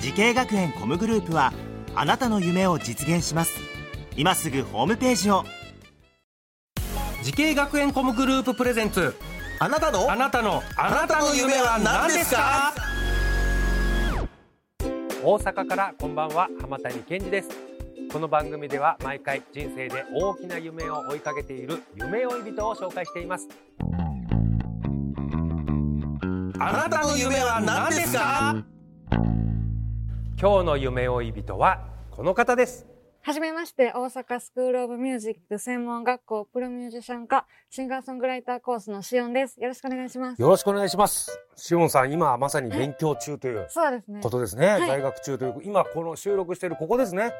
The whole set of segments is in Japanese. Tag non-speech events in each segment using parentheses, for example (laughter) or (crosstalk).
時系学園コムグループはあなたの夢を実現します今すぐホームページを時系学園コムグループプレゼンツあなたのあなたのあなたの夢は何ですか大阪からこんばんは浜谷健二ですこの番組では毎回人生で大きな夢を追いかけている夢追い人を紹介していますあなたの夢は何ですか今日の夢追い人はこの方ですはじめまして、大阪スクールオブミュージック専門学校プロミュージシャン科シンガーソングライターコースのしおんです。よろしくお願いします。よろしくお願いします。しおんさん、今まさに勉強中というそうですね。ことですね。在、ねはい、学中という、今この収録しているここですね。はい。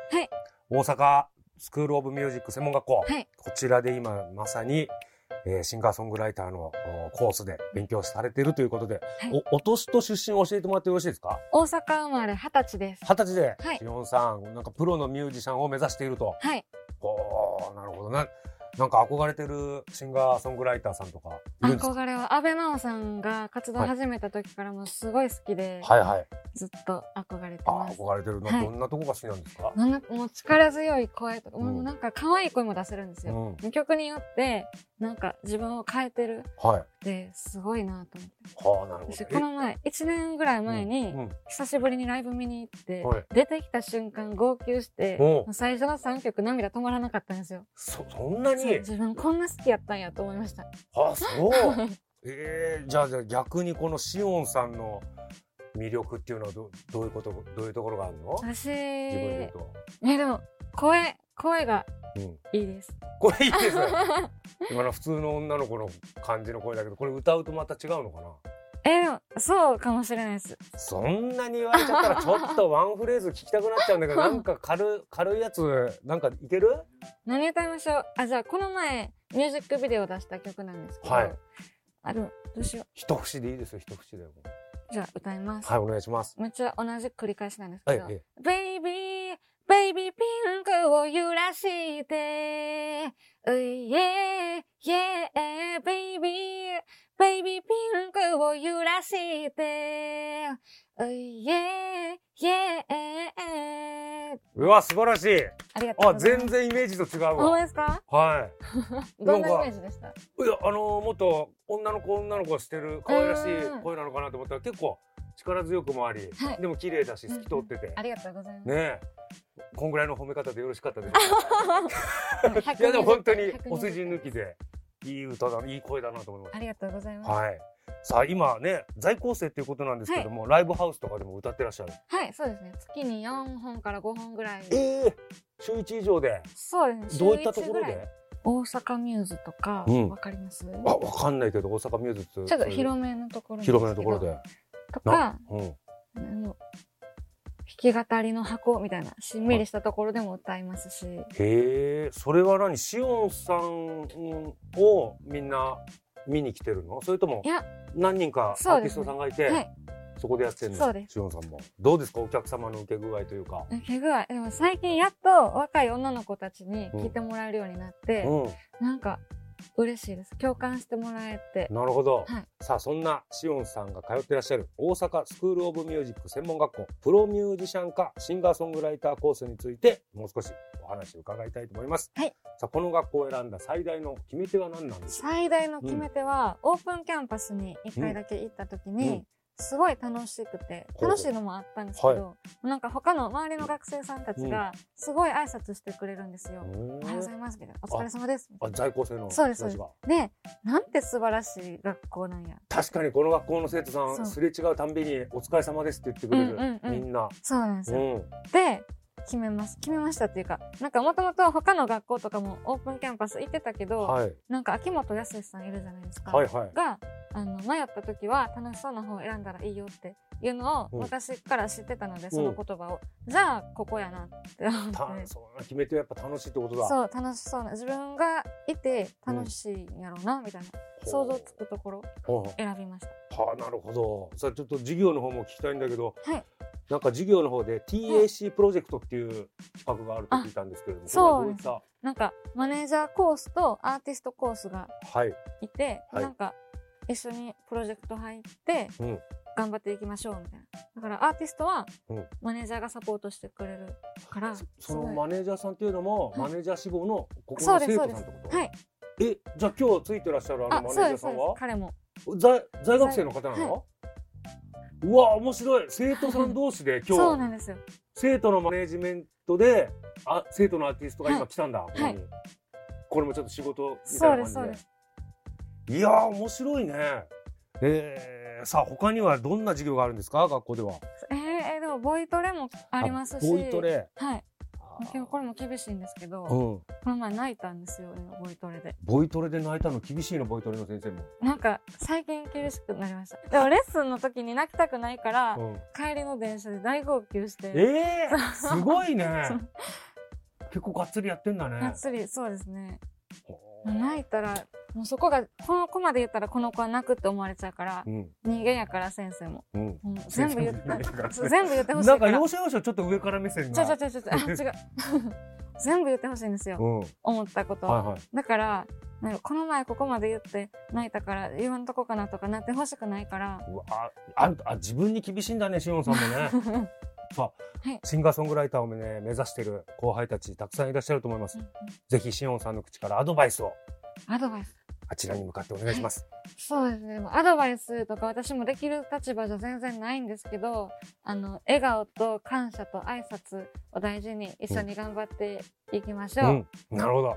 大阪スクールオブミュージック専門学校。はい。こちらで今まさに、えー、シンガーソングライターのコースで勉強されているということで、はい、お、お年と出身を教えてもらってよろしいですか大阪生まれ二十歳です。二十歳で、はい、しおんさん、なんかプロのミュージシャンを目指していると。はい。おなるほどな。なんか憧れてるシンガーソングライターさんとか憧れは、安倍真央さんが活動始めた時からもすごい好きで、はい、はいはいずっと憧れてます。憧れてるの、はい、どんなとこが好きなんですかなんもう力強い声とか、うん、もうなんか可愛い声も出せるんですよ。うん、曲によって、なんか自分を変えてる。はい。で、すごいなと思って。はあ、なるほど。この前、1年ぐらい前に、久しぶりにライブ見に行って、うん、出てきた瞬間号泣して、最初の3曲涙止まらなかったんですよ。そ、そんなに自分こんな好きやったんやと思いました。あ、そう。 (laughs) ええー、じゃあじゃあ逆にこのしおんさんの魅力っていうのはどどういうことどういうところがあるの？私えでも声声がいいです。うん、声いいです。 (laughs) 今の普通の女の子の感じの声だけどこれ歌うとまた違うのかな？えー、そうかもしれないです。そんなに言われちゃったらちょっとワンフレーズ聞きたくなっちゃうん (laughs) だけど、なんか軽軽いやつなんかいける？何歌いましょう。あじゃあこの前ミュージックビデオ出した曲なんですけど、はい、あでもどうしよう。一節でいいですよ一節でも。じゃあ歌います。はいお願いします。めっちゃ同じ繰り返しなんですけど、はい、ベイビーベイビーピンクを揺らして、ういえいえベイビー。ベイビーピンクを揺らして、ういえ、いえ。うわ、素晴らしい。ありがとう全然イメージと違うわ。本当ですか。はいどんなイメージでしたいや、あのー、もっと女の子女の子してる可愛らしい声なのかなと思ったら、結構力強くもあり、はい、。でも綺麗だし、透き通ってて、うんうんありがとうございます。ねこんぐらいの褒め方でよろしかったです。いや、でも本当にお世辞抜きで。いい歌だ、いい声だなと思います。ありがとうございます。はい。さあ今ね在校生ということなんですけども、はい、ライブハウスとかでも歌ってらっしゃるはいそうですね月に4本から5本ぐらいええー、週1以上でそうですねどういったところで大阪ミューズとか、うん、わかりますあわかんないけど大阪ミューズちょっと広めのところ広めのところでとか、うん、弾き語りの箱みたいなしんみりしたところでも歌いますし、へえそれは何しおんさんをみんな見に来てるのそれとも何人かアーティストさんがいてそ、ね,はい、そこでやってるのしおんさんもどうですかお客様の受け具合というか受け具合でも最近やっと若い女の子たちに聞いてもらえるようになって、うんうん、なんか嬉しいです共感してもらえてなるほど、はい、さあそんなしおんさんが通ってらっしゃる大阪スクール・オブ・ミュージック専門学校プロミュージシャン科シンガーソングライターコースについてもう少しお話を伺いたいと思います、はい、さあこの学校を選んだ最大の決め手は何なんですか最大の決め手は、うん、オープンキャンパスに1回だけ行った時に、うんうんすごい楽しくて、楽しいのもあったんですけど、はい、なんか他の周りの学生さんたちが、すごい挨拶してくれるんですよ。おはようございます、みたいな。お疲れ様です。あ、在校生のそうです、でなんて素晴らしい学校なんや。確かにこの学校の生徒さん、すれ違うたんびに、お疲れ様ですって言ってくれる、みんな。そうなんですよ。で、決めます決めましたっていうかなんかもともと他の学校とかもオープンキャンパス行ってたけど、はい、なんか秋元康さんいるじゃないですか、はいはい、があの、迷った時は楽しそうな方を選んだらいいよっていうのうんを昔から知ってたので、その言葉を。じゃあ、ここやなって思たって。そうな決め手はやっぱ楽しいってことだ。そう、楽しそうな。自分がいて楽しいんやろうな、みたいな。想像つくところをほう選びました。はあ、なるほど。さあちょっと事業の方も聞きたいんだけど、はいなんか事業の方で TAC プロジェクトっていう企画があると聞いたんですけれども、あこれはどういったなんか、マネージャーコースとアーティストコースがはい、いて、はいなんか、一緒にプロジェクト入ってうん、頑張っていきましょう、みたいな。だから、アーティストはうん、マネージャーがサポートしてくれるから、そそのすごいマネージャーさんっていうのも、はいマネージャー志望のここそのうです生そう徒でさんっすてこと。はい。え、じゃあ今日ついてらっしゃるああの、マネージャーそうでさす、そうんですは。彼も。在在学生の方なの？うわ面白い生徒さん同士でそう今日なんですよ。生徒のマネージメントであ生徒のアーティストが今来たんだ、ここはいにこれもちょっと仕事みたいな感じでそうですいやー面白いねえー、さあ他にはどんな授業があるんですか学校ではえー、えーでも、ボイトレもありますし、ボイトレはい。今日これも厳しいんですけど、うこんの前泣いたんですよ、ボイトレで。ボイトレで泣いたの厳しいのボイトレの先生なんか、最近厳しくなりました。でも、レッスンの時に泣きたくないから、も、うん、帰りの電車で大号泣して、えー、すごいね (laughs) そう結構がっつりやってんだがねっつり、そうですね。ほー泣いたら、もうそこが、この子まで言ったらこの子は泣くって思われちゃうからう、ん人間やから先生も。うんもう全部 (laughs) 言っ先生も人間やからて、そう全部言ってほしいなんか。から要所要所ちょっと上から目線ちょちょがちょちょちょ、あ、違う。 (laughs) 全部言ってほしいんですよ。うんはい思ったことを。はいだから、なんかこの前ここまで言って泣いたから言わんとこかなとかなってほしくないから、うわああんたあ自分に厳しいんだねしおんさんもね (laughs) さあ、はいシンガーソングライターをね目指してる後輩たちたくさんいらっしゃると思います、うんうんぜひしおんさんの口からアドバイスをアドバイス。あちらに向かってお願いします、そうですね。でもアドバイスとか私もできる立場じゃ全然ないんですけど、あの、笑顔と感謝と挨拶を大事に一緒に頑張っていきましょう。うん、なるほど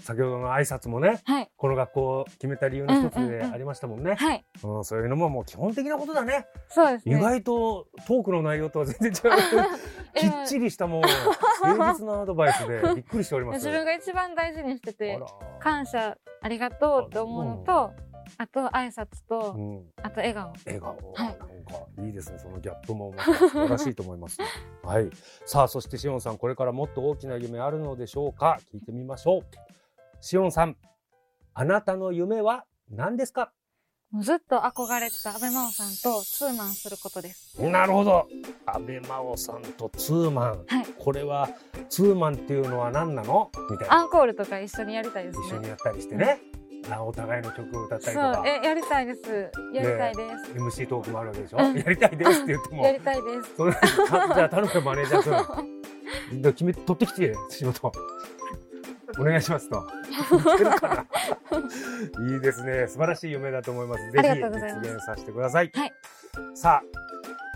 先ほどの挨拶もねはい。この学校を決めた理由の一つうんうんでうんありましたもんね、はい。うんそういうのももう基本的なことだねそうですね。意外とトークの内容とは全然違う (laughs) きっちりしたもう誠実なアドバイスでびっくりしておりり (laughs) ます自分が一番大事にしてて、あら感謝、ありがとうって思うのと、あと挨拶と、うんあと笑顔。笑顔、はいなんかいいですねそのギャップもまた素晴らしいと思います、はいさあそしてしおんさんこれからもっと大きな夢あるのでしょうか聞いてみましょうしおんさんあなたの夢は何ですかもうずっと憧れてた安倍真央さんとツーマンすることです。なるほど安倍真央さんとツーマン、はいこれはツーマンっていうのは何なのみたいなアンコールとか一緒にやりたいです一緒にね。やったりしてね、あお互いの曲を歌ったりとそうか、え、やりたいです。やりたいです。 MC トークもあるわけでしょ、うんやりたいですって言ってもやりたいです。それたじゃあ頼むよマネージャー君で決め取ってきて仕事お願いします (laughs) と言ってるからいいですね素晴らしい夢だと思いますぜあひりがとうございます実現させてください、はいさあ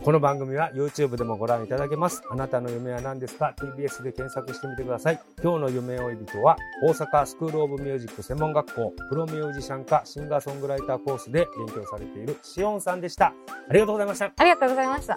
この番組は YouTube でもご覧いただけますあなたの夢は何ですか TBS で検索してみてください今日の夢追い人は大阪スクールオブミュージック専門学校プロミュージシャン科シンガーソングライターコースで勉強されているしおんさんでしたありがとうございました (laughs) ありがとうございました。